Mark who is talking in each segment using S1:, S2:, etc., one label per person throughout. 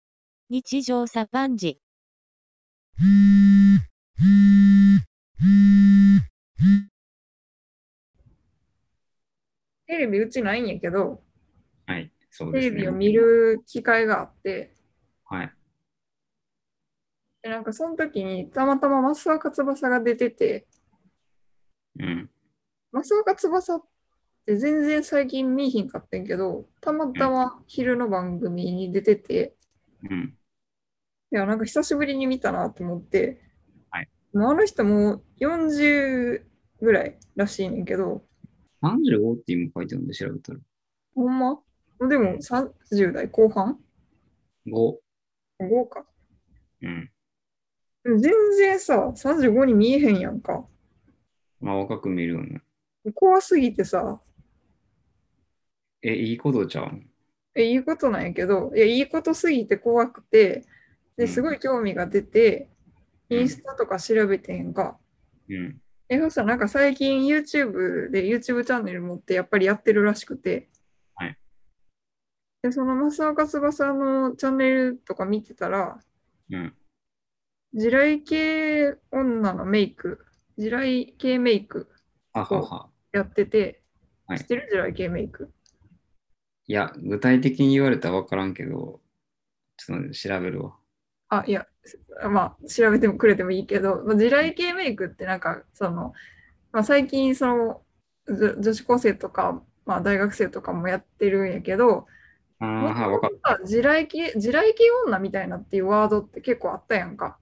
S1: 日常茶飯事。
S2: テレビうちないんやけど、
S3: はい、そう
S2: テ
S3: です
S2: レ
S3: ね。
S2: ビを見る機会があって、
S3: はい。
S2: でなんかその時にたまたま増岡翼が出てて、
S3: うん。
S2: 増岡翼って全然最近見えひんかってんけど、たまたま昼の番組に出てて、
S3: うん。
S2: いや、なんか久しぶりに見たなと思って、
S3: はい
S2: もうあの人もう40ぐらいらしいねんけど、
S3: 35って今書いてるんで調べたら。
S2: ほんまでも30代後半
S3: 5。
S2: ?5 か。
S3: うん。
S2: でも全然さ、35に見えへんやんか。
S3: まあ若く見るよね。
S2: 怖すぎてさ、
S3: え、いいことちゃうん。
S2: えいいことなんやけど、いや、いいことすぎて怖くて、
S3: う
S2: で、
S3: ん
S2: すごい興味が出て、
S3: うん
S2: インスタとか調べてへんか。
S3: うん。
S2: え、そしたらなんか最近 YouTube で YouTube チャンネル持ってやっぱりやってるらしくて。
S3: はい。
S2: で、その増岡翼のチャンネルとか見てたら、
S3: うん。
S2: 地雷系女のメイク、地雷系メイク
S3: ははは。
S2: やってて、
S3: はい
S2: 知ってる地雷系メイク。
S3: いや、具体的に言われたら分からんけど、ちょっと調べるわ。
S2: あ、いや、まあ、調べてもくれてもいいけど、まあ、地雷系メイクってなんか、その、まあ、最近、その、女女子高生とか、まあ、大学生とかもやってるんやけど、
S3: ああ、
S2: もと
S3: はい、
S2: も
S3: 分か
S2: と
S3: っ
S2: さ地雷系、地雷系女みたいなっていうワードって結構あったやんか。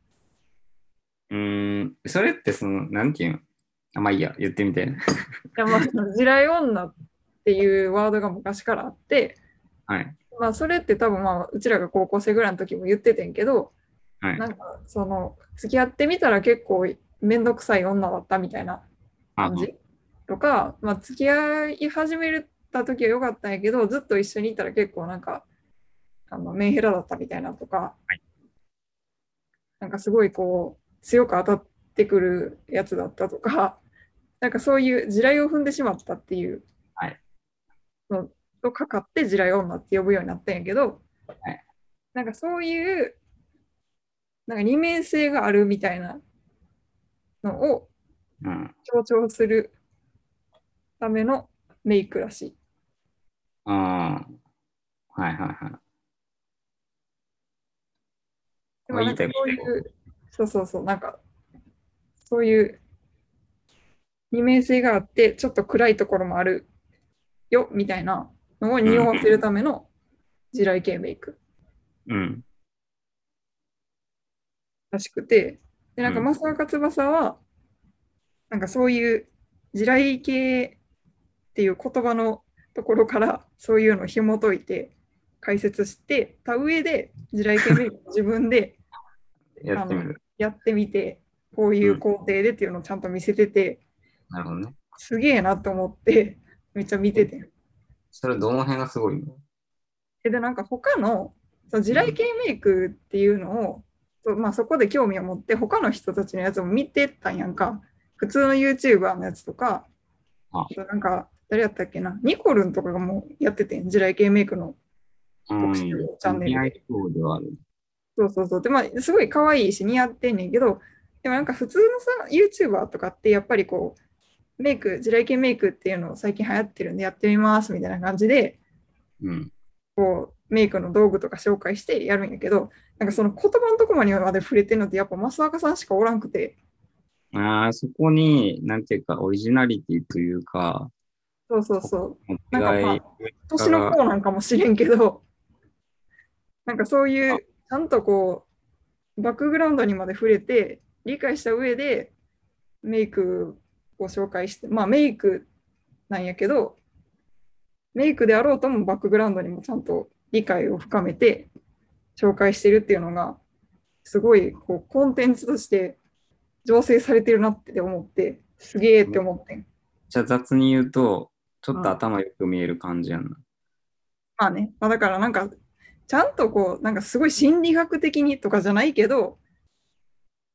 S3: うーん、それってその、なんていうのあ、まあいいや、言ってみて。
S2: いやまあ、そ の地雷女っていうワードが昔からあって、
S3: はい。
S2: まあ、それって多分、まあ、うちらが高校生ぐらいの時も言っててんけど、
S3: はい
S2: な。んか、その、付き合ってみたら結構めんどくさい女だったみたいな
S3: あ
S2: 感じとか、まあ、付き合い始めた時は良かったんやけどずっと一緒にいたら結構なんかあのメンヘラだったみたいなとか、
S3: はい
S2: なんかすごいこう強く当たってくるやつだったとか なんかそういう地雷を踏んでしまったっていう
S3: はい
S2: のとかかって地雷女って呼ぶようになったんやけど、
S3: い
S2: なんかそういうなんか二面性があるみたいなのを
S3: うん。
S2: 強調するためのメイクらしい。
S3: ああ。はいはいは
S2: でもなんか
S3: まあ
S2: そう
S3: 言い
S2: い
S3: たいこ
S2: う、そうそうそう、なんか、そういう二面性があって、ちょっと暗いところもあるよ、みたいなのを匂わせるための地雷系メイク
S3: い。うん。
S2: らしくて、で、なんか、
S3: うん
S2: 正岡翼は、なんかそういう地雷系っていう言葉のところから、そういうのを紐解いて、解説してた上で、地雷系メイクを自分で
S3: やってみる。
S2: やってみて、こういう工程でっていうのをちゃんと見せてて、
S3: なるほどね。
S2: すげえなと思って、めっちゃ見てて。
S3: それどの辺がすごいの
S2: えで、なんか他の、その地雷系メイクっていうのを、そうまあ、そこで興味を持って、他の人たちのやつも見てたんやんか。普通の YouTuber のやつとか、
S3: あ
S2: あとなんか、誰やったっけな、ニコルンとかがもうやっててん、地雷系メイクの。
S3: うん。
S2: 僕知ってるチャンネルで
S3: 似合いそうではある。
S2: そうそうそう。で、まあ、すごい可愛いし、似合ってんねんけど、でもなんか普通のさ、YouTuber とかって、やっぱりこう、メイク、地雷系メイクっていうのを最近流行ってるんでやってみますみたいな感じで、
S3: うん。
S2: こう、メイクの道具とか紹介してやるんやけど、なんかその言葉のところにまで触れてるのって、やっぱ増岡さんしかおらんくて、
S3: ああ、そこに、なんていうか、オリジナリティというか、
S2: そうそうそう、
S3: 違い
S2: なんかまあ年の子なんかもしれんけど、なんかそういう、ちゃんとこう、バックグラウンドにまで触れて、理解した上で、メイクを紹介して、まあメイクなんやけど、メイクであろうともバックグラウンドにもちゃんと理解を深めて紹介してるっていうのが、すごいこうコンテンツとして醸成されてるなって思って、すげえって思ってん。
S3: じゃあ雑に言うと、ちょ
S2: う
S3: っ
S2: ん
S3: と頭よく見える感じやんな。
S2: まあね、まあ、だからなんか、ちゃんとこう、なんかすごい心理学的にとかじゃないけど、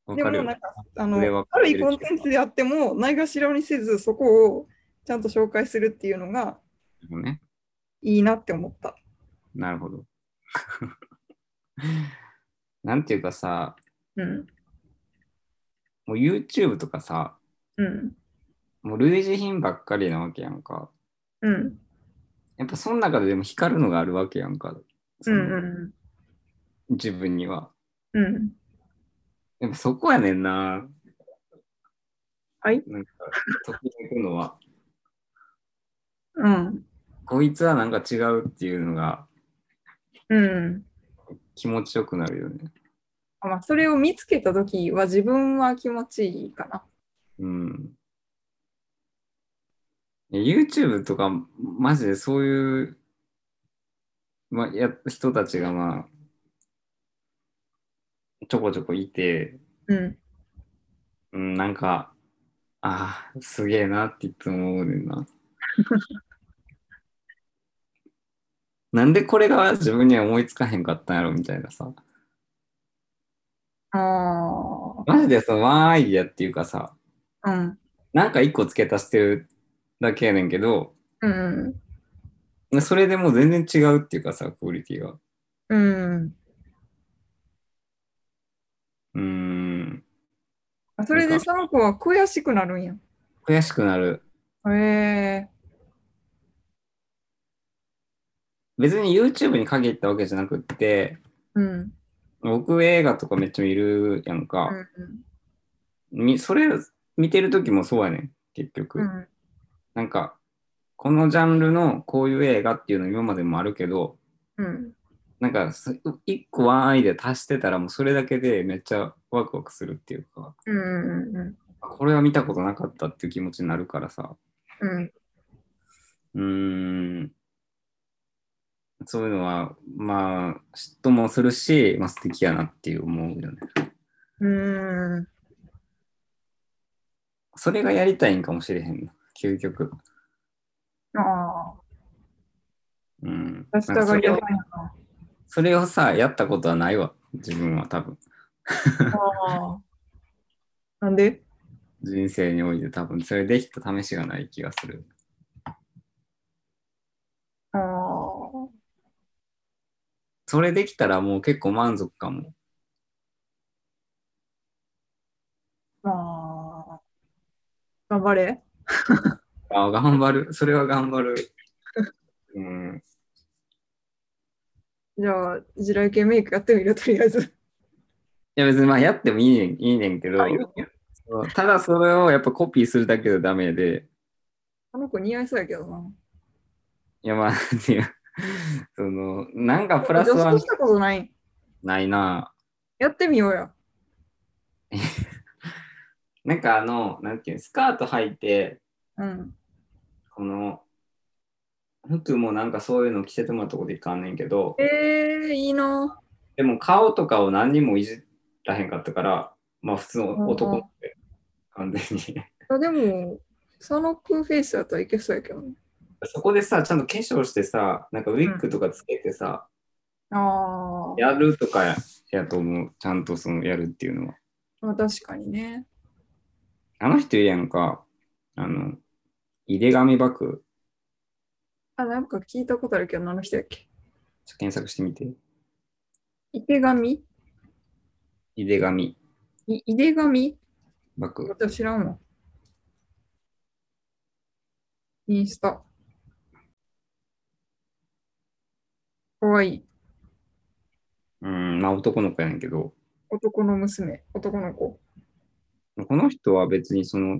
S3: わ
S2: で
S3: か
S2: も
S3: るよ
S2: なんか、あ
S3: 上は
S2: の、
S3: 書
S2: 悪
S3: いて
S2: い
S3: る
S2: コンテンツであっても、ないがしろにせず、そこをちゃんと紹介するっていうのが
S3: ね。
S2: いいなって思った。
S3: なるほど。 なんていうかさ、
S2: うん。
S3: もう YouTube とかさ、
S2: うん。
S3: もう類似品ばっかりなわけやんか。
S2: うん。
S3: やっぱその中ででも光るのがあるわけやんか。そ
S2: うん。う
S3: の
S2: ん
S3: 自分には。
S2: うん。
S3: やっぱそこやねんな。
S2: はい
S3: なんか、ときめくのは。
S2: うん。
S3: こいつはなんか違うっていうのが
S2: うん。
S3: 気持ちよくなるよね。
S2: あまあ、それを見つけたときは自分は気持ちいいかな。
S3: うん。いや YouTube とか、マジでそういう、まあ、や人たちがまあ、ちょこちょこいて、
S2: うん。
S3: うん、なんか、ああ、すげえなっていつも思うねんな。なんでこれが自分には思いつかへんかったんやろみたいなさ。
S2: あ
S3: マジでそのワンアイディアっていうかさ、
S2: あ。うん。
S3: なんか一個付け足してるだけやねんけど、
S2: うん。
S3: それでもう全然違うっていうかさ、クオリティが。
S2: うん。
S3: うーん、
S2: あそれでその子は悔しくなるんや。
S3: 悔しくなる。
S2: へえ。
S3: 別に YouTube に限ったわけじゃなくって、
S2: うん。
S3: 僕映画とかめっちゃ見るやんか。
S2: うん。
S3: みそれ見てる時もそうやねん結局、
S2: うん。
S3: なんかこのジャンルのこういう映画っていうの今までもあるけど
S2: うん。
S3: なんかそ一個ワンアイデア足してたらもうそれだけでめっちゃワクワクするっていうか
S2: うん。うん。
S3: あこれは見たことなかったっていう気持ちになるからさ
S2: うん。
S3: うーんそういうのはまあ嫉妬もするし、まあ、素敵やなっていう思うよね
S2: うん。うん
S3: それがやりたいんかもしれへんな究極
S2: あ
S3: うん
S2: あ。出したがり
S3: なん
S2: 屋
S3: か
S2: さんやな。
S3: それをさ、やったことはないわ。自分は多分。
S2: ああ。なんで
S3: 人生において多分、それできた試しがない気がする。
S2: ああ。
S3: それできたらもう結構満足かも。
S2: まあ。頑張れ。
S3: ああ、頑張る。それは頑張る。うん。
S2: じゃあ、地雷系メイクやってみる、とりあえず。
S3: いや、別にまあ、やってもいいねん、いいねんけど
S2: あいいの、
S3: そうただそれをやっぱコピーするだけじゃダメで、
S2: あの子似合いそうやけどな。
S3: いや、まあ、っていう、 その、なんかプラス
S2: 女
S3: は
S2: 装したことない。
S3: ないな。
S2: やってみようや。
S3: なんかあの、なんていうのスカート履いて、
S2: うん。
S3: この、服もなんかそういうの着せてもらったこといかんねんけど、
S2: えー、いいな。
S3: でも顔とかを何にもいじらへんかったから、まあ普通の男って完全に。
S2: あでも、佐野くんフェイスだったらいけそうやけどね。
S3: そこでさ、ちゃんと化粧してさ、なんかウィッグとかつけてさ、
S2: あ
S3: やるとかややと思う。ちゃんとそのやるっていうのは。
S2: あ、まあ確かにね。
S3: あの人いるやんか、あの、井手紙バク、
S2: あ、なんか聞いたことあるけど、あの人やっけ。
S3: ちょっと検索してみて。
S2: い手紙
S3: 井手紙
S2: い井手紙
S3: バク。
S2: 私知らんわ。インスタ。かわいい。
S3: うん、まあ男の子やねんけど、
S2: 男の娘。男の子。
S3: この人は別にその、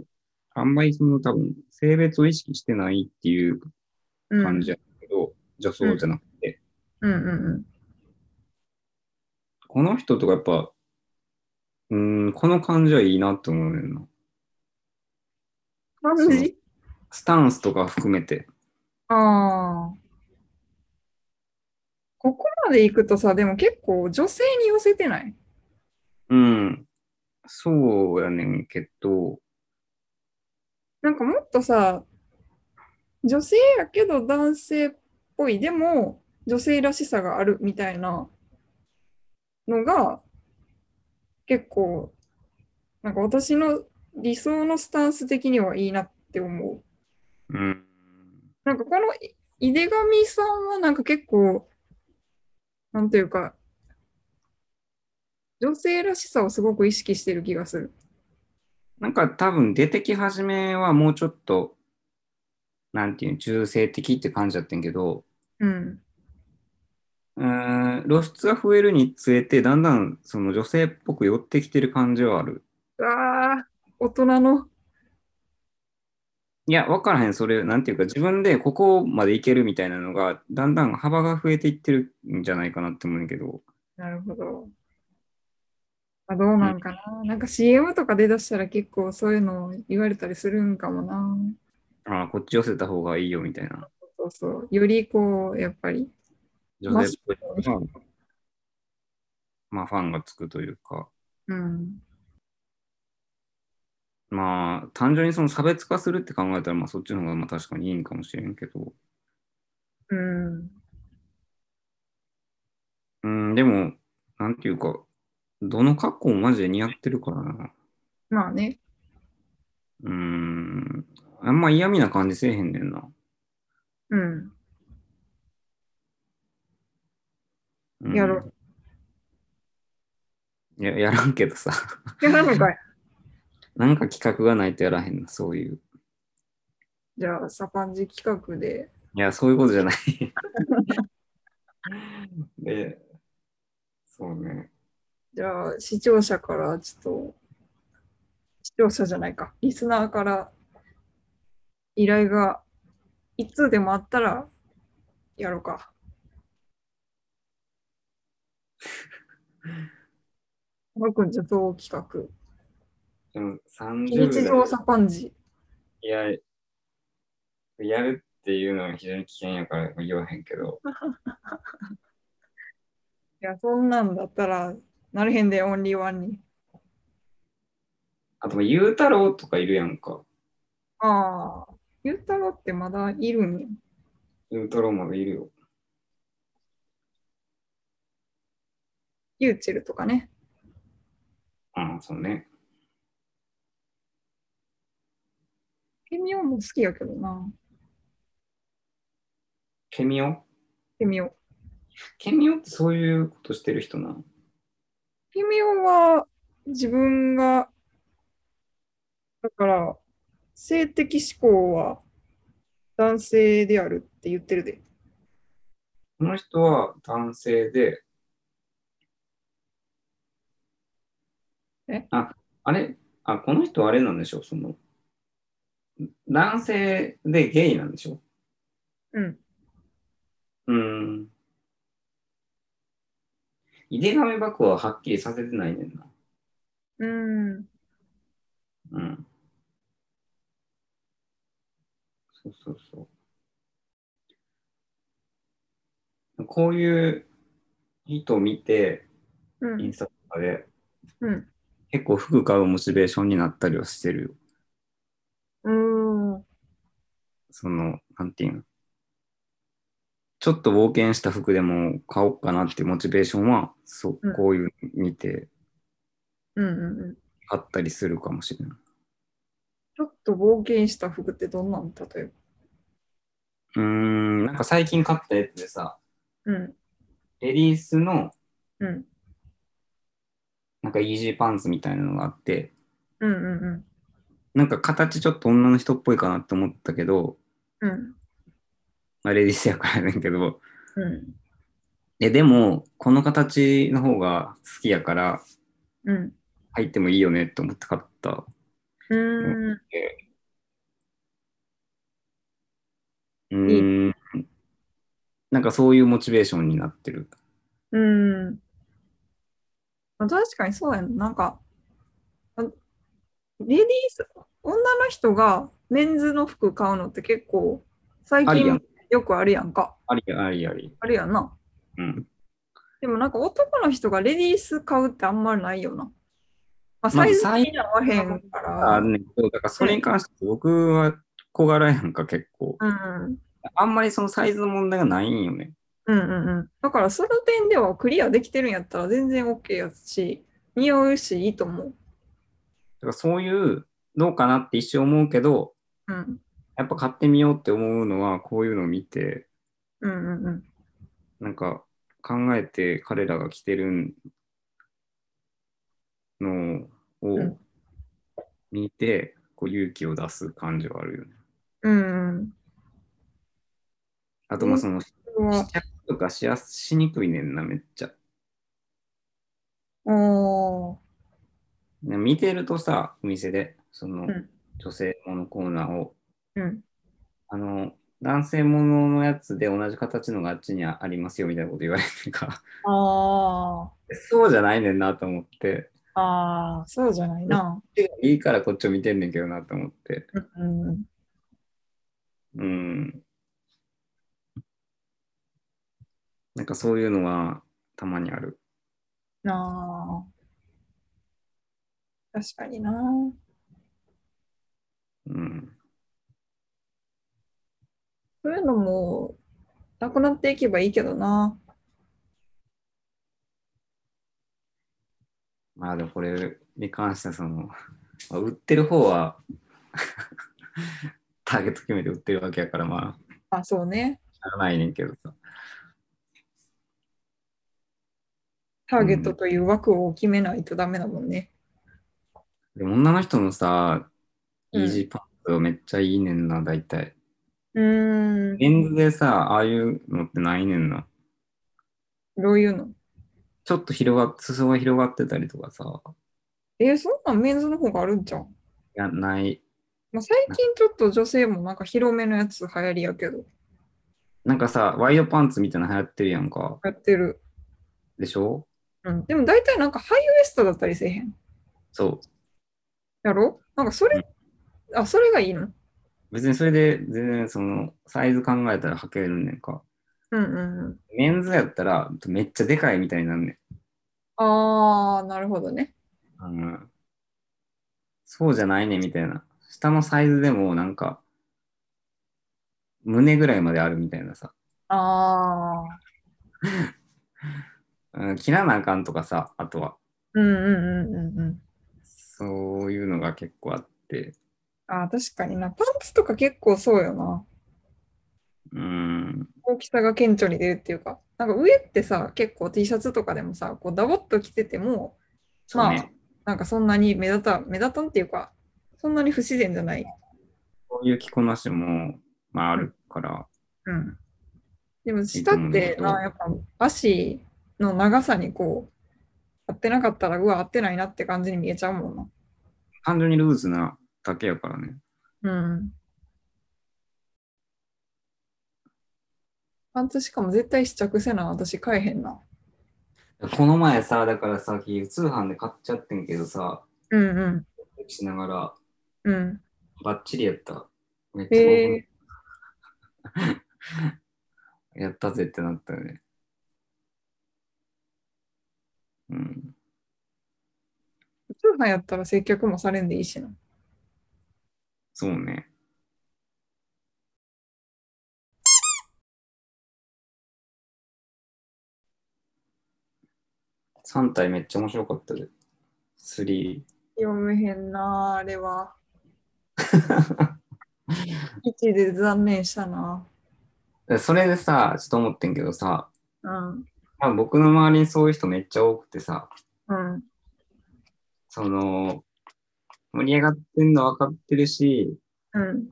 S3: あんまりその多分性別を意識してないっていう
S2: うん。
S3: 感じやけど、女装じゃなくて。
S2: うんうん
S3: この人とかやっぱ、うーん、この感じはいいなって思うねんな。
S2: うん。漢字
S3: スタンスとか含めて。
S2: ああ。ここまで行くとさ、でも結構女性に寄せてない
S3: うん。そうやねんけど、
S2: なんかもっとさ、女性やけど男性っぽい、でも女性らしさがあるみたいなのが結構、なんか私の理想のスタンス的にはいいなって思う。
S3: うん。
S2: なんかこのい井手上さんはなんか結構、なんていうか、女性らしさをすごく意識してる気がする。
S3: なんか多分出てき始めはもうちょっと、なんていうの、中性的って感じだったんやけど、
S2: うん。
S3: うーん露出が増えるにつれて、だんだんその女性っぽく寄ってきてる感じはある。
S2: うわあ、大人の。
S3: いや、わからへん、それ、なんていうか、自分でここまでいけるみたいなのが、だんだん幅が増えていってるんじゃないかなって思うんやけど、
S2: なるほど。あどうなんかな、なんか CM とか出だしたら結構そういうの言われたりするんかもな。
S3: ああ、こっち寄せた方がいいよみたいな。
S2: そうそう。よりこう、やっぱり。
S3: 女性っぽいのがまあ、ファンがつくというか、
S2: うん。
S3: まあ、単純にその差別化するって考えたら、まあ、そっちの方がまあ確かにいいんかもしれんけど、
S2: うん。
S3: うん、でも、なんていうか、どの格好もマジで似合ってるからな。
S2: まあね。
S3: うん、あんま嫌味な感じせえへんねんな。
S2: うん。
S3: うん
S2: やろう。
S3: いや、やらんけどさ。
S2: いや、なのかい。
S3: なんか企画がないとやらへんな、そういう。
S2: じゃあ、サパンジ企画で。
S3: いや、そういうことじゃない。 で、そうね。
S2: じゃあ、視聴者からちょっと、視聴者じゃないか、リスナーから依頼がいつでもあったらやろうか。僕ん女装企画。
S3: でも30
S2: 日常
S3: 代
S2: サパンジ。
S3: いや、やるっていうのは非常に危険やから言わへんけど、
S2: いや、そんなんだったらなれへんで、オンリーワンに。
S3: あと、ゆうたろうとかいるやんか。
S2: ああ、ゆうたろってまだいるんや。
S3: ゆうたろうもいるよ。
S2: ユーチェルとかね。
S3: うん、そうね。
S2: ケミオンも好きやけどな。
S3: ケミオ
S2: ケミオン。
S3: ケミオってそういうことしてる人なの
S2: ピミオは自分が、だから、性的指向は男性であるって言ってるで。
S3: この人は男性で、
S2: え
S3: あ、あれあ、この人あれなんでしょその、男性でゲイなんでしょ
S2: うん。
S3: うーん。井手上漠ははっきりさせてないねんな。
S2: うん。
S3: うん。そうそうそう。こういう人を見て、
S2: う
S3: イン
S2: ん。
S3: スタとかで
S2: うん
S3: 結構服買うモチベーションになったりはしてるよ。
S2: うん。うん
S3: その、なんていうの。ちょっと冒険した服でも買おうかなってモチベーションは、そう
S2: うん、
S3: こういうの見て
S2: うんうん。
S3: 買ったりするかもしれない。
S2: ちょっと冒険した服ってどんなん例えば。
S3: うーん、なんか最近買ったやつでさ、
S2: うん。
S3: レディースの
S2: うん。
S3: なんかイージーパンツみたいなのがあって、
S2: うんうんうん。
S3: なんか形ちょっと女の人っぽいかなって思ったけど、
S2: うん。
S3: まあ、レディースやからやねんけど、
S2: うん。
S3: え、でも、この形の方が好きやから、
S2: うん。
S3: 入ってもいいよねって思って買った。
S2: うん。
S3: うーん。なんかそういうモチベーションになってる。
S2: うん。まあ、確かにそうやん。なんか、あレディース、女の人がメンズの服買うのって結構、最
S3: あり
S2: 近
S3: やん
S2: よくあるやんか。
S3: ありありあり。
S2: あるやんな。
S3: うん。
S2: でもなんか男の人がレディース買うってあんまりないよな。まあ、
S3: ま
S2: サイ
S3: ず
S2: ズに合わへんか
S3: あ
S2: ら。
S3: るねんけどだからそれに関して僕は小柄やんか結構。
S2: うん。
S3: あんまりそのサイズの問題がないんよね。
S2: うんうんうん。だからその点ではクリアできてるんやったら全然 OK やし、似合うしいいと思う。
S3: だからそういう、どうかなって一瞬思うけど、
S2: うん。
S3: やっぱ買ってみようって思うのは、こういうのを見て、
S2: うんうんうん。
S3: なんか考えて彼らが着てるんのを見て、こう勇気を出す感じはあるよね。
S2: うん。
S3: あとまあその、試
S2: それは、
S3: 着とかしやすしにくいねんな、めっちゃ。
S2: あ
S3: ね見てるとさ、お店で、その
S2: うん
S3: 女性ものコーナーを、
S2: あ、うん。
S3: あの、男性もののやつで同じ形のがあっちにありますよみたいなこと言われてるから、
S2: あ
S3: そうじゃないねんなと思って、
S2: あ、ああ、そうじゃないな。
S3: いいからこっちを見てんねんけどなと思って、
S2: うん。
S3: うん。なんかそういうのはたまにある。
S2: なあ。確かにな。
S3: うん。
S2: そういうのも、なくなっていけばいいけどな。
S3: まあでもこれに関してはその、まあ売ってる方は ターゲット決めて売ってるわけやからまあ、
S2: あ、そうね。
S3: ならないねんけどさ。
S2: ターゲットという枠を決めないとダメだもんね。
S3: でも女の人のさ、イ
S2: うん
S3: ージーパンツめっちゃいいねんな、大体。
S2: うーん。
S3: メンズでさ、ああいうのってないねんな。
S2: どういうの
S3: ちょっと広がっ、裾が広がってたりとかさ、
S2: えーそんなんメンズの方があるんじゃん。
S3: いや、ない。
S2: まあ、最近ちょっと女性もなんか広めのやつ流行りやけど、
S3: なんかさ、ワイドパンツみたいなの流行ってるやんか。
S2: やってる。
S3: でしょ
S2: うん。でも大体なんかハイウエストだったりせえへん。
S3: そ
S2: やろなんかそれ、あ、それがいいの
S3: う。別にそれで全然そのサイズ考えたら履けるねんか。
S2: うんうんうん。
S3: メンズやったらめっちゃでかいみたいになんねん。
S2: あー、なるほどね。
S3: あのそうじゃないねみたいな。下のサイズでもなんか胸ぐらいまであるみたいなさ。
S2: あー。
S3: うん切らなあかんとかさ、あとは。
S2: うんうんうんうんうん。
S3: そういうのが結構あって。
S2: あー、確かにな。パンツとか結構そうよな。
S3: うん。
S2: 大きさが顕著に出るっていうか、なんか上ってさ、結構 T シャツとかでもさ、こうダボっと着てても、
S3: そう
S2: ま
S3: ね。
S2: あ、なんかそんなに目立たん、目立たんっていうか、そんなに不自然じゃない。
S3: そういう着こなしも、まあ、あるから。
S2: うん。でも下っ
S3: い
S2: て
S3: いと思うんだけど
S2: な、やっぱ足の長さにこう、合ってなかったら、うわ、合ってないなって感じに見えちゃうもんな。
S3: 単純にルーズなだけやからね。
S2: うん。パンツしかも絶対試着せな、私買えへんな。
S3: この前さ、だからさ、通販で買っちゃってんけどさ、
S2: うんうん。
S3: しながら、
S2: うん。
S3: バッチリやった。めっちゃ興奮
S2: えー、
S3: やったぜってなったよね。うん。
S2: 通販やったら接客もされんでいいしな。
S3: そうね。3体めっちゃ面白かったで。3。
S2: 読めへんな、あれは。1で残念したな。
S3: でそれでさ、ちょっと思ってんけどさ、
S2: うん。
S3: 多分僕の周りにそういう人めっちゃ多くてさ、
S2: うん。
S3: その、盛り上がってんの分かってるし、
S2: うん。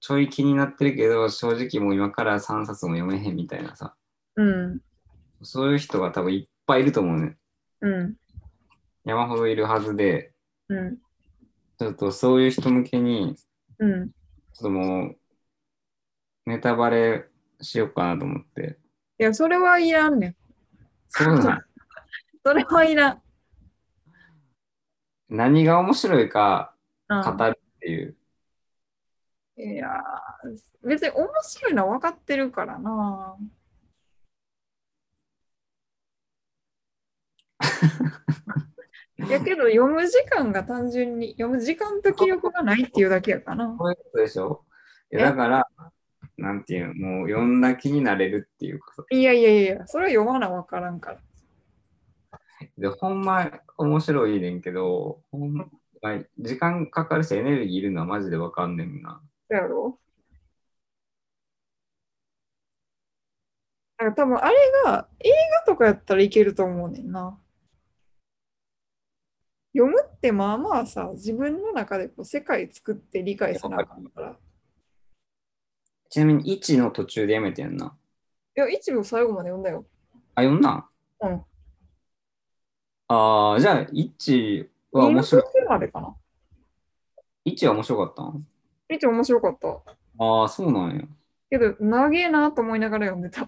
S3: ちょい気になってるけど、正直もう今から3冊も読めへんみたいなさ、
S2: うん。
S3: そういう人が多分いっぱいいると思うね。
S2: うん。
S3: 山ほどいるはずで、
S2: うん。
S3: ちょっとそういう人向けに、
S2: うん。
S3: ちょっともう、ネタバレしようかなと思って。
S2: いや、それはいらんねん。
S3: そうなん
S2: それはいらん。
S3: 何が面白いか
S2: う
S3: 語るっていう。
S2: ん、いやー、別に面白いのは分かってるから な。やけど読む時間が単純に読む時間と気力がないっていうだけやかな。
S3: こういうことでしょいや
S2: え
S3: だから、なんていうの、もう読んだ気になれるっていうかさ。
S2: いやいやいや、それは読まな分からんから。
S3: で、ほんま面白いねんけど、ほんま、時間かかるしエネルギーいるのはマジでわかんねんな。
S2: そうやろなんか多分あれが映画とかやったらいけると思うねんな。読むってまあまあさ、自分の中でこう世界作って理解せなあかんから。い
S3: ちなみに1の途中でやめてんな。
S2: や、一部を最後まで読んだよ。
S3: あ、読んな。
S2: うん。
S3: ああ、じゃあ1は面白い。
S2: 二の手までかな。
S3: 1は面白かったん
S2: 一面白かった。
S3: ああ、そうなんや。
S2: けど、長えなと思いながら読んでた。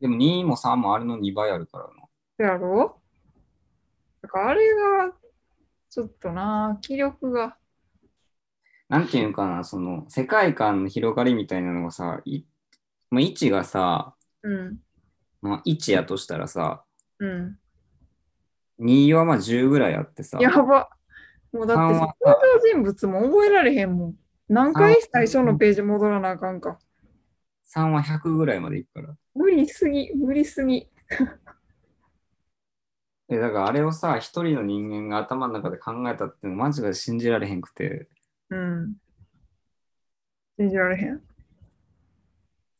S3: でも2も3もあれの2倍あるからな。
S2: せやろだからあれが、ちょっとな、気力が。
S3: なんていうのかな、その世界観の広がりみたいなのがさ、いまあ、1がさ、
S2: うん。
S3: まあ、1やとしたらさ、
S2: う
S3: 2はまあ10ぐらいあってさ
S2: ん。、やば。もうだって
S3: 三
S2: さ
S3: は、
S2: 登場人物も覚えられへんもん。何回最初のページ戻らなあかんか。
S3: 3は100ぐらいまでいくから。
S2: 無理すぎ、無理すぎ。
S3: えだからあれをさ、一人の人間が頭の中で考えたってのマジで信じられへんくて、
S2: うん。信じられへん。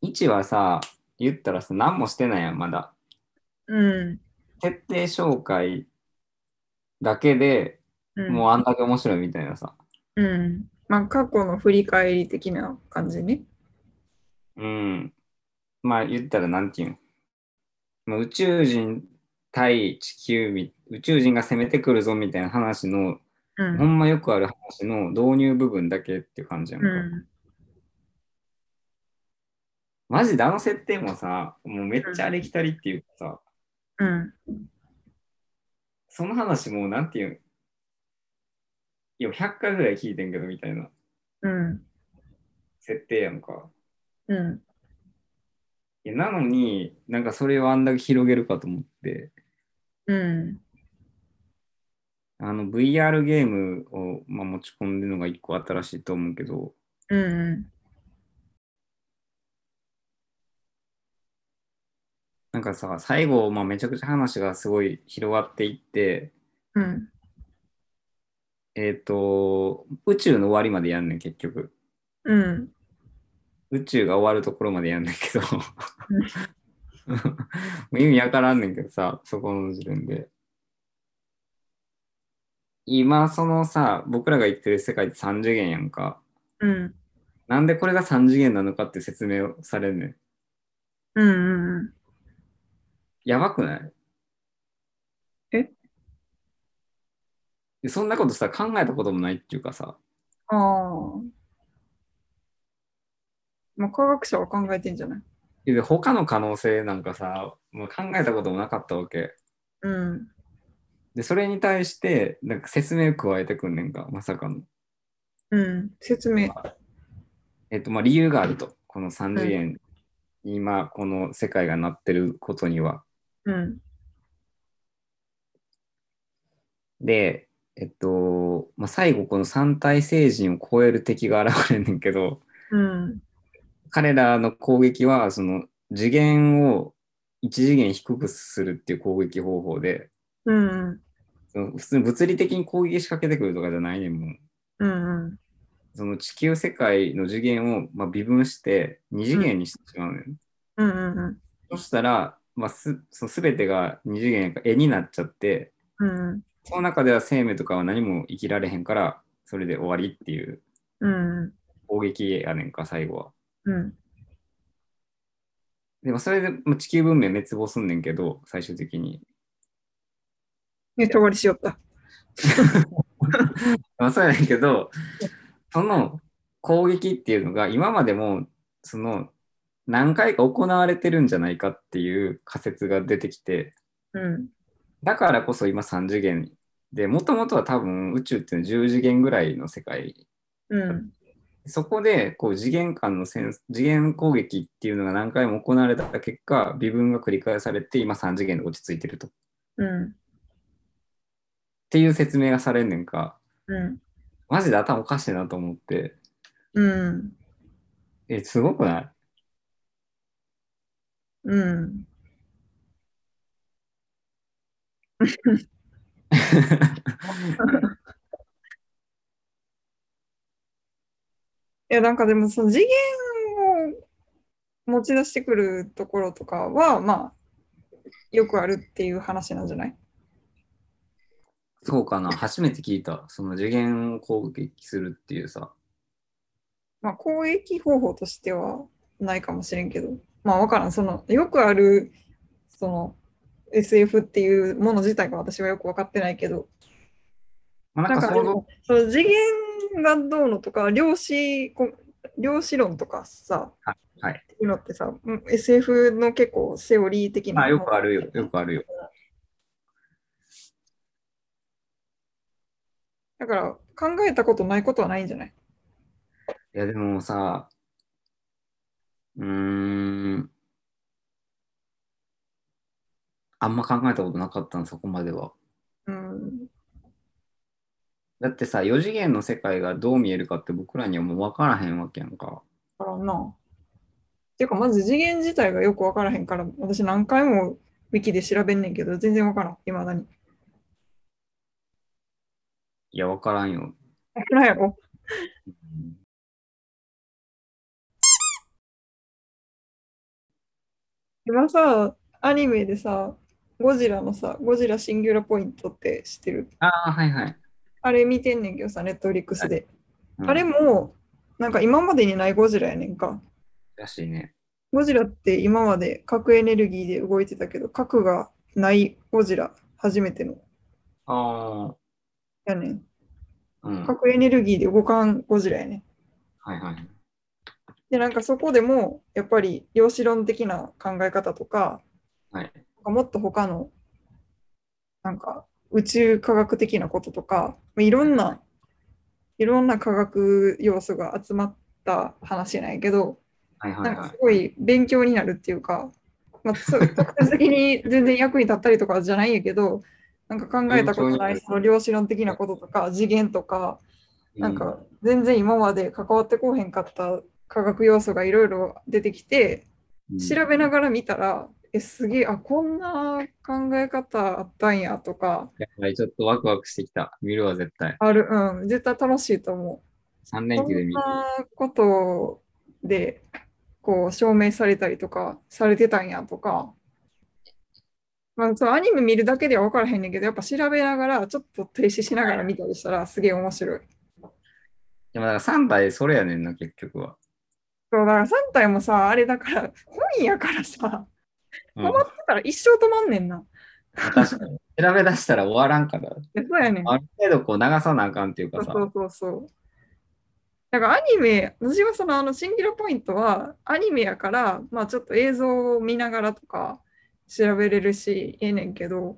S3: 1はさ、言ったらさ、何もしてないやん、まだ。
S2: うん。
S3: 徹底紹介だけで
S2: うん、
S3: もうあんだけ面白いみたいなさ。
S2: うん。まあ、過去の振り返り的な感じね。
S3: うん。まあ言ったらなんていうのまあ宇宙人対地球み、宇宙人が攻めてくるぞみたいな話の、
S2: う
S3: ほ
S2: ん。
S3: んまよくある話の導入部分だけっていう感じやん
S2: う
S3: か。
S2: ん。
S3: マジであの設定もさ、もうめっちゃありきたりっていうかさ、
S2: うん。
S3: その話もうなんていうのいや、100回ぐらい聞いてんけどみたいな
S2: うん。
S3: 設定やんか。
S2: うん。
S3: いやなのに、なんかそれをあんだけ広げるかと思って。
S2: うん。
S3: あの VR ゲームを、まあ、持ち込んでるのが一個新しいと思うけど、
S2: うん。
S3: なんかさ、最後、まあ、めちゃくちゃ話がすごい広がっていって、
S2: うん。
S3: えっ、と、宇宙の終わりまでやんねん、結局。
S2: うん。
S3: 宇宙が終わるところまでやんねんけど、もう意味わからんねんけどさ、そこの時点で。今、そのさ、僕らが言ってる世界って3次元やんか。
S2: うん。
S3: なんでこれが3次元なのかって説明をされんねん。
S2: うん。うん。
S3: やばくない
S2: え
S3: でそんなことさ、考えたこともないっていうかさ、
S2: ああ。まあ、科学者は考えてんじゃない
S3: で他の可能性なんかさ、もう考えたこともなかったわけ。
S2: うん。
S3: で、それに対して、なんか説明加えてくんねんか、まさかの。
S2: うん。説明。
S3: えっと、まあ、理由があると。この3次元、今、この世界がなってることには。
S2: うん。
S3: で、えっと、まあ、最後、この三体星人を超える敵が現れんねんけど、
S2: うん。
S3: 彼らの攻撃はその次元を一次元低くするっていう攻撃方法で
S2: うん。
S3: その普通に物理的に攻撃仕掛けてくるとかじゃないねんもう
S2: うん。うん。
S3: その地球世界の次元をまあ微分して二次元にしてしまうのよ、
S2: うん。うん。
S3: そしたら、まあ、すその全てが二次元か絵になっちゃって
S2: うん。
S3: その中では生命とかは何も生きられへんからそれで終わりっていう
S2: うん。
S3: 攻撃やねんか最後は
S2: うん。
S3: でもそれでまあ地球文明滅亡すんねんけど最終的に
S2: めっちゃ終わりしよった。
S3: まあ、そうやねんけど、その攻撃っていうのが今までもその何回か行われてるんじゃないかっていう仮説が出てきて、
S2: うん。
S3: だからこそ今3次元で、もともとは多分宇宙っていうのは10次元ぐらいの世界。
S2: うん。
S3: そこでこう次元間のセンス次元攻撃っていうのが何回も行われた結果、微分が繰り返されて今3次元で落ち着いてると。っ
S2: うん。
S3: ていう説明がされんねんか、
S2: うん。
S3: マジで頭おかしいなと思って、
S2: うん。
S3: え、すごくない
S2: うん。いや、なんかでも、その次元を持ち出してくるところとかは、まあ、よくあるっていう話なんじゃない
S3: そうかな。初めて聞いた。その次元を攻撃するっていうさ。
S2: まあ、攻撃方法としてはないかもしれんけど、まあ、わからん。その、よくある、その、SF っていうもの自体が私はよく分かってないけど、
S3: まあ、
S2: な
S3: なんんか
S2: か
S3: 想
S2: でも
S3: 像、
S2: そう次元がどうのとか、量子こ量子論とかさ、
S3: ははい
S2: っていうのってさ、うん SF の結構セオリー的
S3: ま
S2: な。
S3: あよくあるよ。よくあるよ。
S2: だから考えたことないことはないんじゃない
S3: いや、でもさ、うーん、あんま考えたことなかったの、そこまでは。
S2: うん。
S3: だってさ、4次元の世界がどう見えるかって僕らにはもう分からへんわけやんか。
S2: だからな。ていうか、まず次元自体がよく分からへんから、私何回もウィキで調べんねんけど、全然分からん、いまだに。
S3: いや、分からんよ。
S2: 分からんやろ今さ、アニメでさ、ゴジラのさ、ゴジラシンギュラポイントって知ってる
S3: ああ、はいはい。
S2: あれ見てんねんけどさ、ネットフリックスで。
S3: うん
S2: あれも、なんか今までにないゴジラやねんか。
S3: らしいね。
S2: ゴジラって今まで核エネルギーで動いてたけど、核がないゴジラ、初めての
S3: あ
S2: やねん。
S3: あ、うん。はい
S2: 核エネルギーで動かんゴジラやねん。
S3: はい。
S2: で、なんかそこでも、やっぱり量子論的な考え方とか、
S3: はい。
S2: もっと他の、なんか宇宙科学的なこととか、まあいろんな、いろんな科学要素が集まった話なんやけど、
S3: はいは
S2: ないん
S3: は
S2: か
S3: い
S2: す。ごい勉強になるっていうか、まあ、そう直接的に全然役に立ったりとかじゃないんやけど、なんか考えたことな
S3: 勉強になる
S2: いその量子論的なこととか、次元とか、なん
S3: う
S2: か全然今まで関わってこうへんかった科学要素がいろいろ出てきて、
S3: ん、
S2: 調べながら見たら、え、すげえ、あ、こんな考え方あったんやとか、
S3: やばいちょっとワクワクしてきた。見るわ、絶対。
S2: ある、うん、絶対楽しいと思
S3: 3
S2: う。
S3: 連
S2: こ
S3: 休で
S2: ん
S3: 見る。
S2: なことで、こう、証明されたりとか、されてたんやとか、まあ、そうアニメ見るだけでは分からへんねんけど、やっぱ調べながら、ちょっと停止しながら見たりしたら、すげえ面白い。
S3: でもだから3体それやねんな、結局は。
S2: そう、だから3体もさ、あれだから、本やからさ、
S3: うん
S2: 止まってたら一生止まんねんな。
S3: 確かに。調べ出したら終わらんから。
S2: えそうやねん。
S3: ある程度こう流さなあかんっていう
S2: そ
S3: か
S2: う
S3: さ。
S2: そうそうそう。だからアニメ、私はそのあのシンギュラポイントはアニメやから、まあちょっと映像を見ながらとか調べれるし、ええねんけど、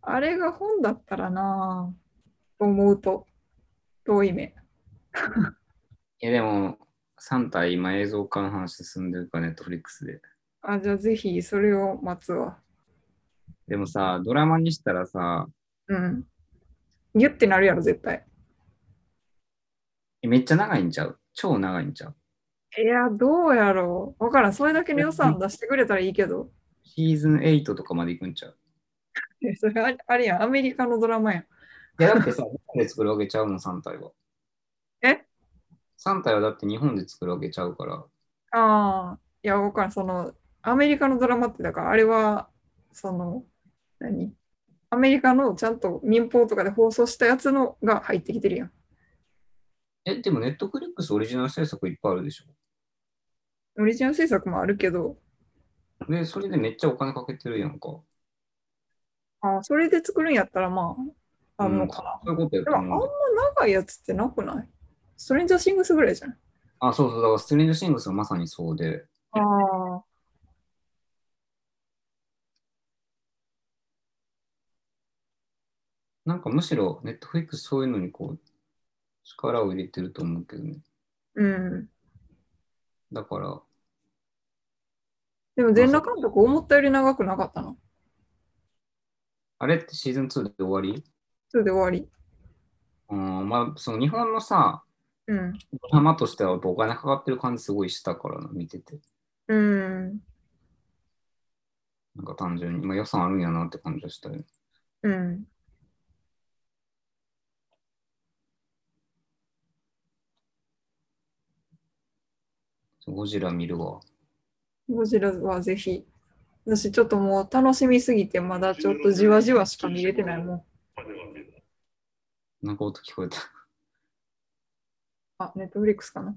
S2: あれが本だったらなぁと思うと遠い目。
S3: いやでも、3体今映像化の話進んでるから、ネットフリックスで。
S2: あ、じゃあぜひそれを待つわ。
S3: でもさ、ドラマにしたらさ、
S2: うん。ギュってなるやろ、絶対。
S3: めっちゃ長いんちゃう超長いんちゃう
S2: いや、どうやろう。わからん。それだけの予算出してくれたらいいけど。
S3: シーズン8とかまで行くんちゃう
S2: えそれあれあれやん、アメリカのドラマやん。
S3: いやだってさ、 日本で作るわけちゃうもん、3体は。
S2: え
S3: ?3 体はだって日本で作るわけちゃうから。
S2: ああ、いや、わからん、その、アメリカのドラマって、だから、あれは、その、何アメリカのちゃんと民放とかで放送したやつのが入ってきてるやん。
S3: え、でもネットフリックスオリジナル制作いっぱいあるでしょ
S2: オリジナル制作もあるけど、
S3: で、それでめっちゃお金かけてるやんか。
S2: あーそれで作るんやったら、まあ、あんのかな。
S3: そういうことや
S2: でも、
S3: と
S2: あんま
S3: 思うんだよ
S2: 長いやつってなくないストレンジャーシングスぐらいじゃない
S3: あ、そうそう、だからストレンジャーシングスはまさにそうで。
S2: ああ。
S3: なんかむしろ、ネットフリックスそういうのにこう、力を入れてると思うけどね。
S2: うん。
S3: だから、
S2: でも、全裸監督、思ったより長くなかったな。
S3: あれってシーズン2で終わり
S2: それで終わり。
S3: うん、まあ、その日本のさ、
S2: うん。
S3: ドラマとしてはやっぱお金かかってる感じすごいしたからな、見てて。
S2: うん。
S3: なんか単純に、まあ予算あるんやなって感じはしたよね。
S2: うん。
S3: ゴジラ見るわ。
S2: ゴジラはぜひ。私ちょっともう楽しみすぎてまだちょっとじわじわしか見れてないもん。
S3: なんか音聞こえた。
S2: あ、ネットフリックスかな。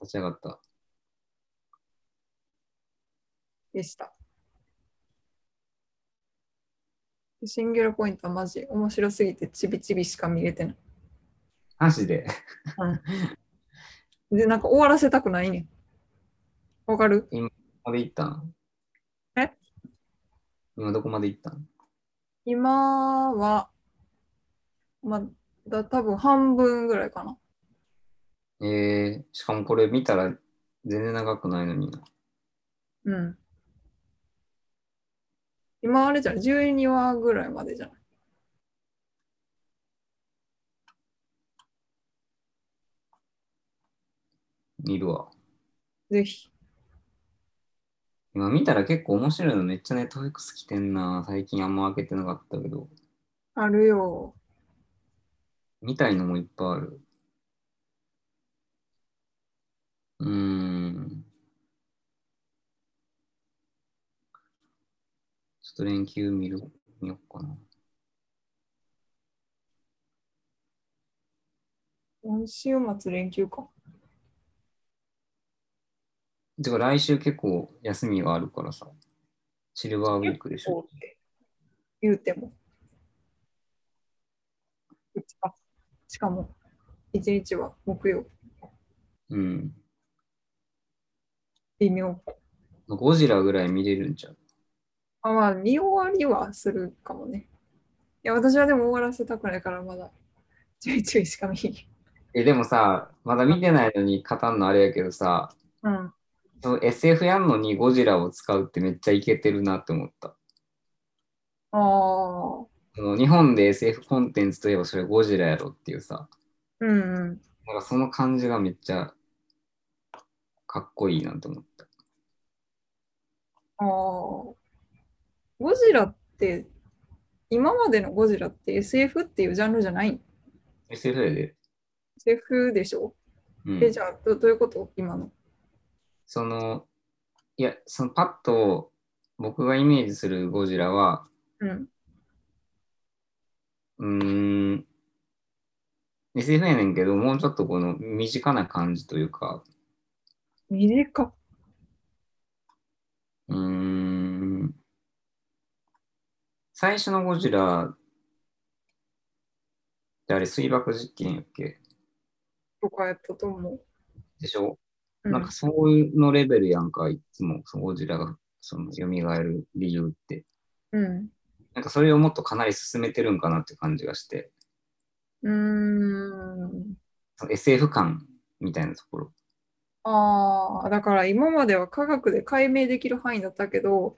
S3: 立ち上がった。
S2: でした。でシンギュラポイントはマジ面白すぎてちびちびしか見れてない。
S3: マジで。
S2: で、なんか終わらせたくないねん。わかる
S3: どこまで行ったん
S2: え
S3: 今どこまで行ったん
S2: 今は、まだ多分半分ぐらいかな。
S3: えー、しかもこれ見たら全然長くないのにな。
S2: うん。今あれじゃん、12話ぐらいまでじゃん。
S3: 見るわ。
S2: ぜひ。
S3: 今見たら結構面白いのめっちゃネットフリックス来てんな。最近あんま開けてなかったけど。
S2: あるよ。
S3: 見たいのもいっぱいある。うーん。ちょっと連休見る、見よっかな。
S2: 今週末連休か。
S3: てか来週結構休みがあるからさ。シルバーウィークでしょ。
S2: 言うても。あしかも、一日は木曜、
S3: うん。
S2: 微妙。
S3: ゴジラぐらい見れるんちゃう
S2: あまあ、見終わりはするかもね。いや、私はでも終わらせたくないから、まだ、ちょいちょいしか見に。
S3: え、でもさ、まだ見てないのに語んのあれやけどさ、
S2: うん。
S3: その SF やんのにゴジラを使うってめっちゃイケてるなって思った。
S2: ああ、
S3: その日本で SF コンテンツといえばそれゴジラやろっていうさ、
S2: うんうん。
S3: なんかその感じがめっちゃかっこいいなと思った。
S2: ああ。ゴジラって、今までのゴジラって SF っていうジャンルじゃない。
S3: SF やで、
S2: SF でしょ、
S3: う
S2: え、
S3: ん
S2: じ、ゃあど、どういうこと今の。
S3: その、いや、そのパッと僕がイメージするゴジラは、
S2: うん。
S3: うーん、SF やねんけど、もうちょっとこの身近な感じというか、
S2: 短っ。
S3: うーん最初のゴジラってあれ水爆実験やっけ
S2: とかやったと思う。
S3: でしょ、
S2: う
S3: なんかそういうのレベルやんか、いつもそのゴジラがその蘇る理由って。
S2: うん。
S3: なんかそれをもっとかなり進めてるんかなって感じがして、
S2: うーん。
S3: その SF 感みたいなところ。
S2: ああ、だから今までは科学で解明できる範囲だったけど、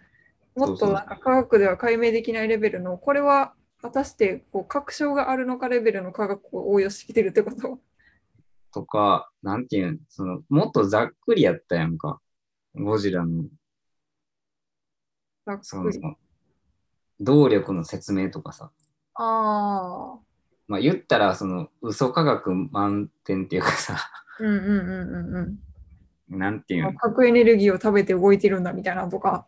S2: もっ
S3: そうそ
S2: と
S3: う
S2: なんか科学では解明できないレベルの、これは果たしてこう確証があるのかレベルの科学を応用してきてるってこと。
S3: とか、なんていうん、その、もっとざっくりやったやんか。ゴジラの、
S2: ざっ
S3: そ
S2: く
S3: の
S2: り。、
S3: 動力の説明とかさ。
S2: ああ、
S3: まあ、言ったら、その、嘘科学満点っていうかさ、
S2: うんうんうんうんうん
S3: なんてい
S2: あ。
S3: うの、
S2: 核エネルギーを食べて動いてるんだみたいなとか。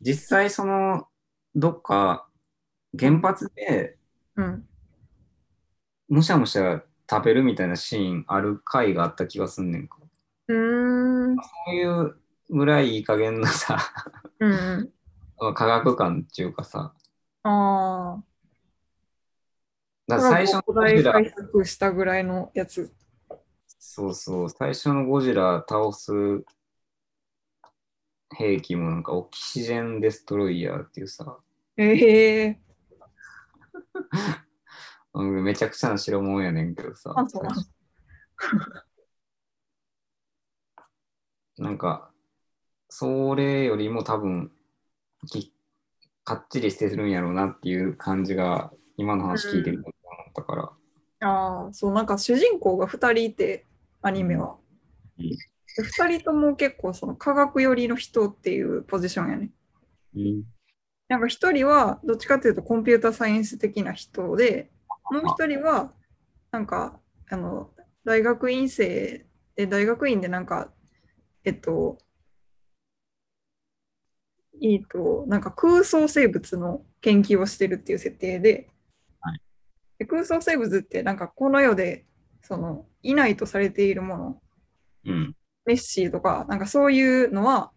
S3: 実際その、どっか、原発で、
S2: うん。
S3: むしゃむしゃ食べるみたいなシーンある回があった気がすんねんか。
S2: うーん。うん
S3: そういうぐらいいい加減なさ、
S2: う
S3: 科学感っていうかさ、
S2: ん。ああ。
S3: だから最初の
S2: 古
S3: ゴジ
S2: 代
S3: ラ、
S2: 対策したぐらいのやつ。
S3: そうそう、最初のゴジラ倒す兵器もなんかオキシジェンデストロイヤーっていうさ、
S2: ええ
S3: うんめちゃくちゃな白物やねんけどさ。
S2: あそうなん
S3: 最初なんか、それよりも多分き、かっちりしてるんやろうなっていう感じが、今の話聞いてると思ったから、
S2: ああ、そう、なんか主人公が2人いて、アニメは。
S3: うん
S2: で2人とも結構その科学寄りの人っていうポジションやね。なんか1人はどっちかというとコンピュータサイエンス的な人で、もう1人はなんかあの大学院生で、大学院でなんか、えっと、いいと、なんか空想生物の研究をしてるっていう設定で、
S3: は
S2: でで空想生物ってなんかこの世でそのいないとされているもの
S3: うん。
S2: ネッシーとかなんかそういうのは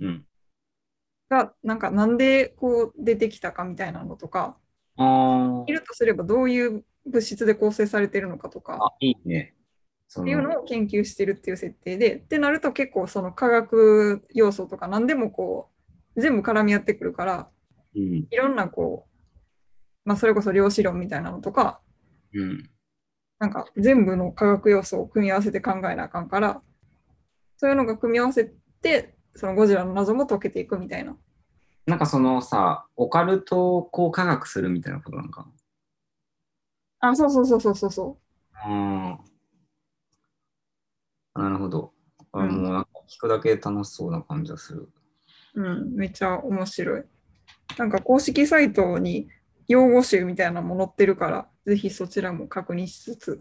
S3: うん。
S2: がなんかなんでこう出てきたかみたいなのとか
S3: あ
S2: いるとすればどういう物質で構成されてるのかと
S3: あ。
S2: か
S3: あ、いいね。そ
S2: っていう
S3: の
S2: のを研究してるっていう設定でってなると結構その科学要素とか何でもこう全部絡み合ってくるから
S3: うん。
S2: いろんなこう、まあ、それこそ量子論みたいなのとか
S3: うん。
S2: なんか全部の化学要素を組み合わせて考えなあかんから、そういうのが組み合わせて、そのゴジラの謎も解けていくみたいな。
S3: なんかそのさ、オカルトをこう科学するみたいなことなんか
S2: あ、そうそうそうそうそうそ
S3: な。あーなるほど。あ
S2: うん
S3: もうなんか聞くだけで楽しそうな感じがする。
S2: う。うん、めっちゃ面白い。なんか公式サイトに用語集みたいなのも載ってるから、ぜひそちらも確認しつつ。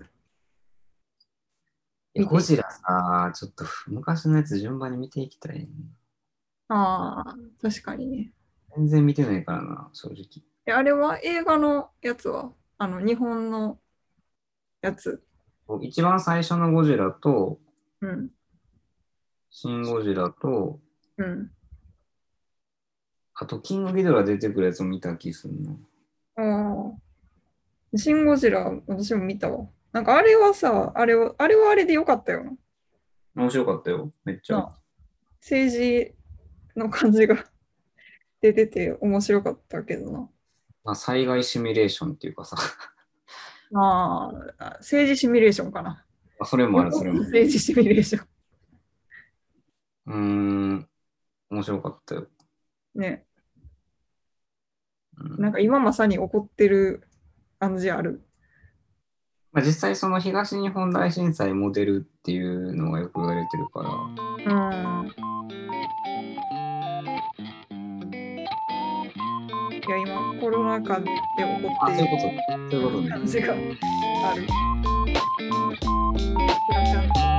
S3: いや
S2: 見て
S3: ゴジラさ、ちょっと昔のやつ順番に見ていきたいね。
S2: ああ、確かにね。
S3: 全然見てないからな、正直。
S2: え、あれは映画のやつはあの、日本のやつ。
S3: 一番最初のゴジラと、
S2: うん、
S3: シン・ゴジラと、
S2: うん。
S3: あと、キングギドラ出てくるやつを見た気すんな。
S2: ああ。シン・ゴジラ、私も見たわ。なんかあれはさ、あれはあれはあれでよかったよな。
S3: 面白かったよ、めっちゃ。
S2: あ政治の感じが 出てて面白かったけど
S3: まあ、災害シミュレーションっていうかさ、
S2: な。ああ、政治シミュレーションかな。
S3: あそれもある、それも。う
S2: 政治シミュレーション。
S3: ーん、面白かったよ。
S2: ね、
S3: うん
S2: なんか今まさに起こってる感じある。
S3: まあ、実際、その東日本大震災モデルっていうのがよく言われてるから、
S2: うん。いや、今コロナ禍で起こ
S3: あ、
S2: っ
S3: そ
S2: て
S3: ういう
S2: る
S3: こと、そういうことね。
S2: 感じがある。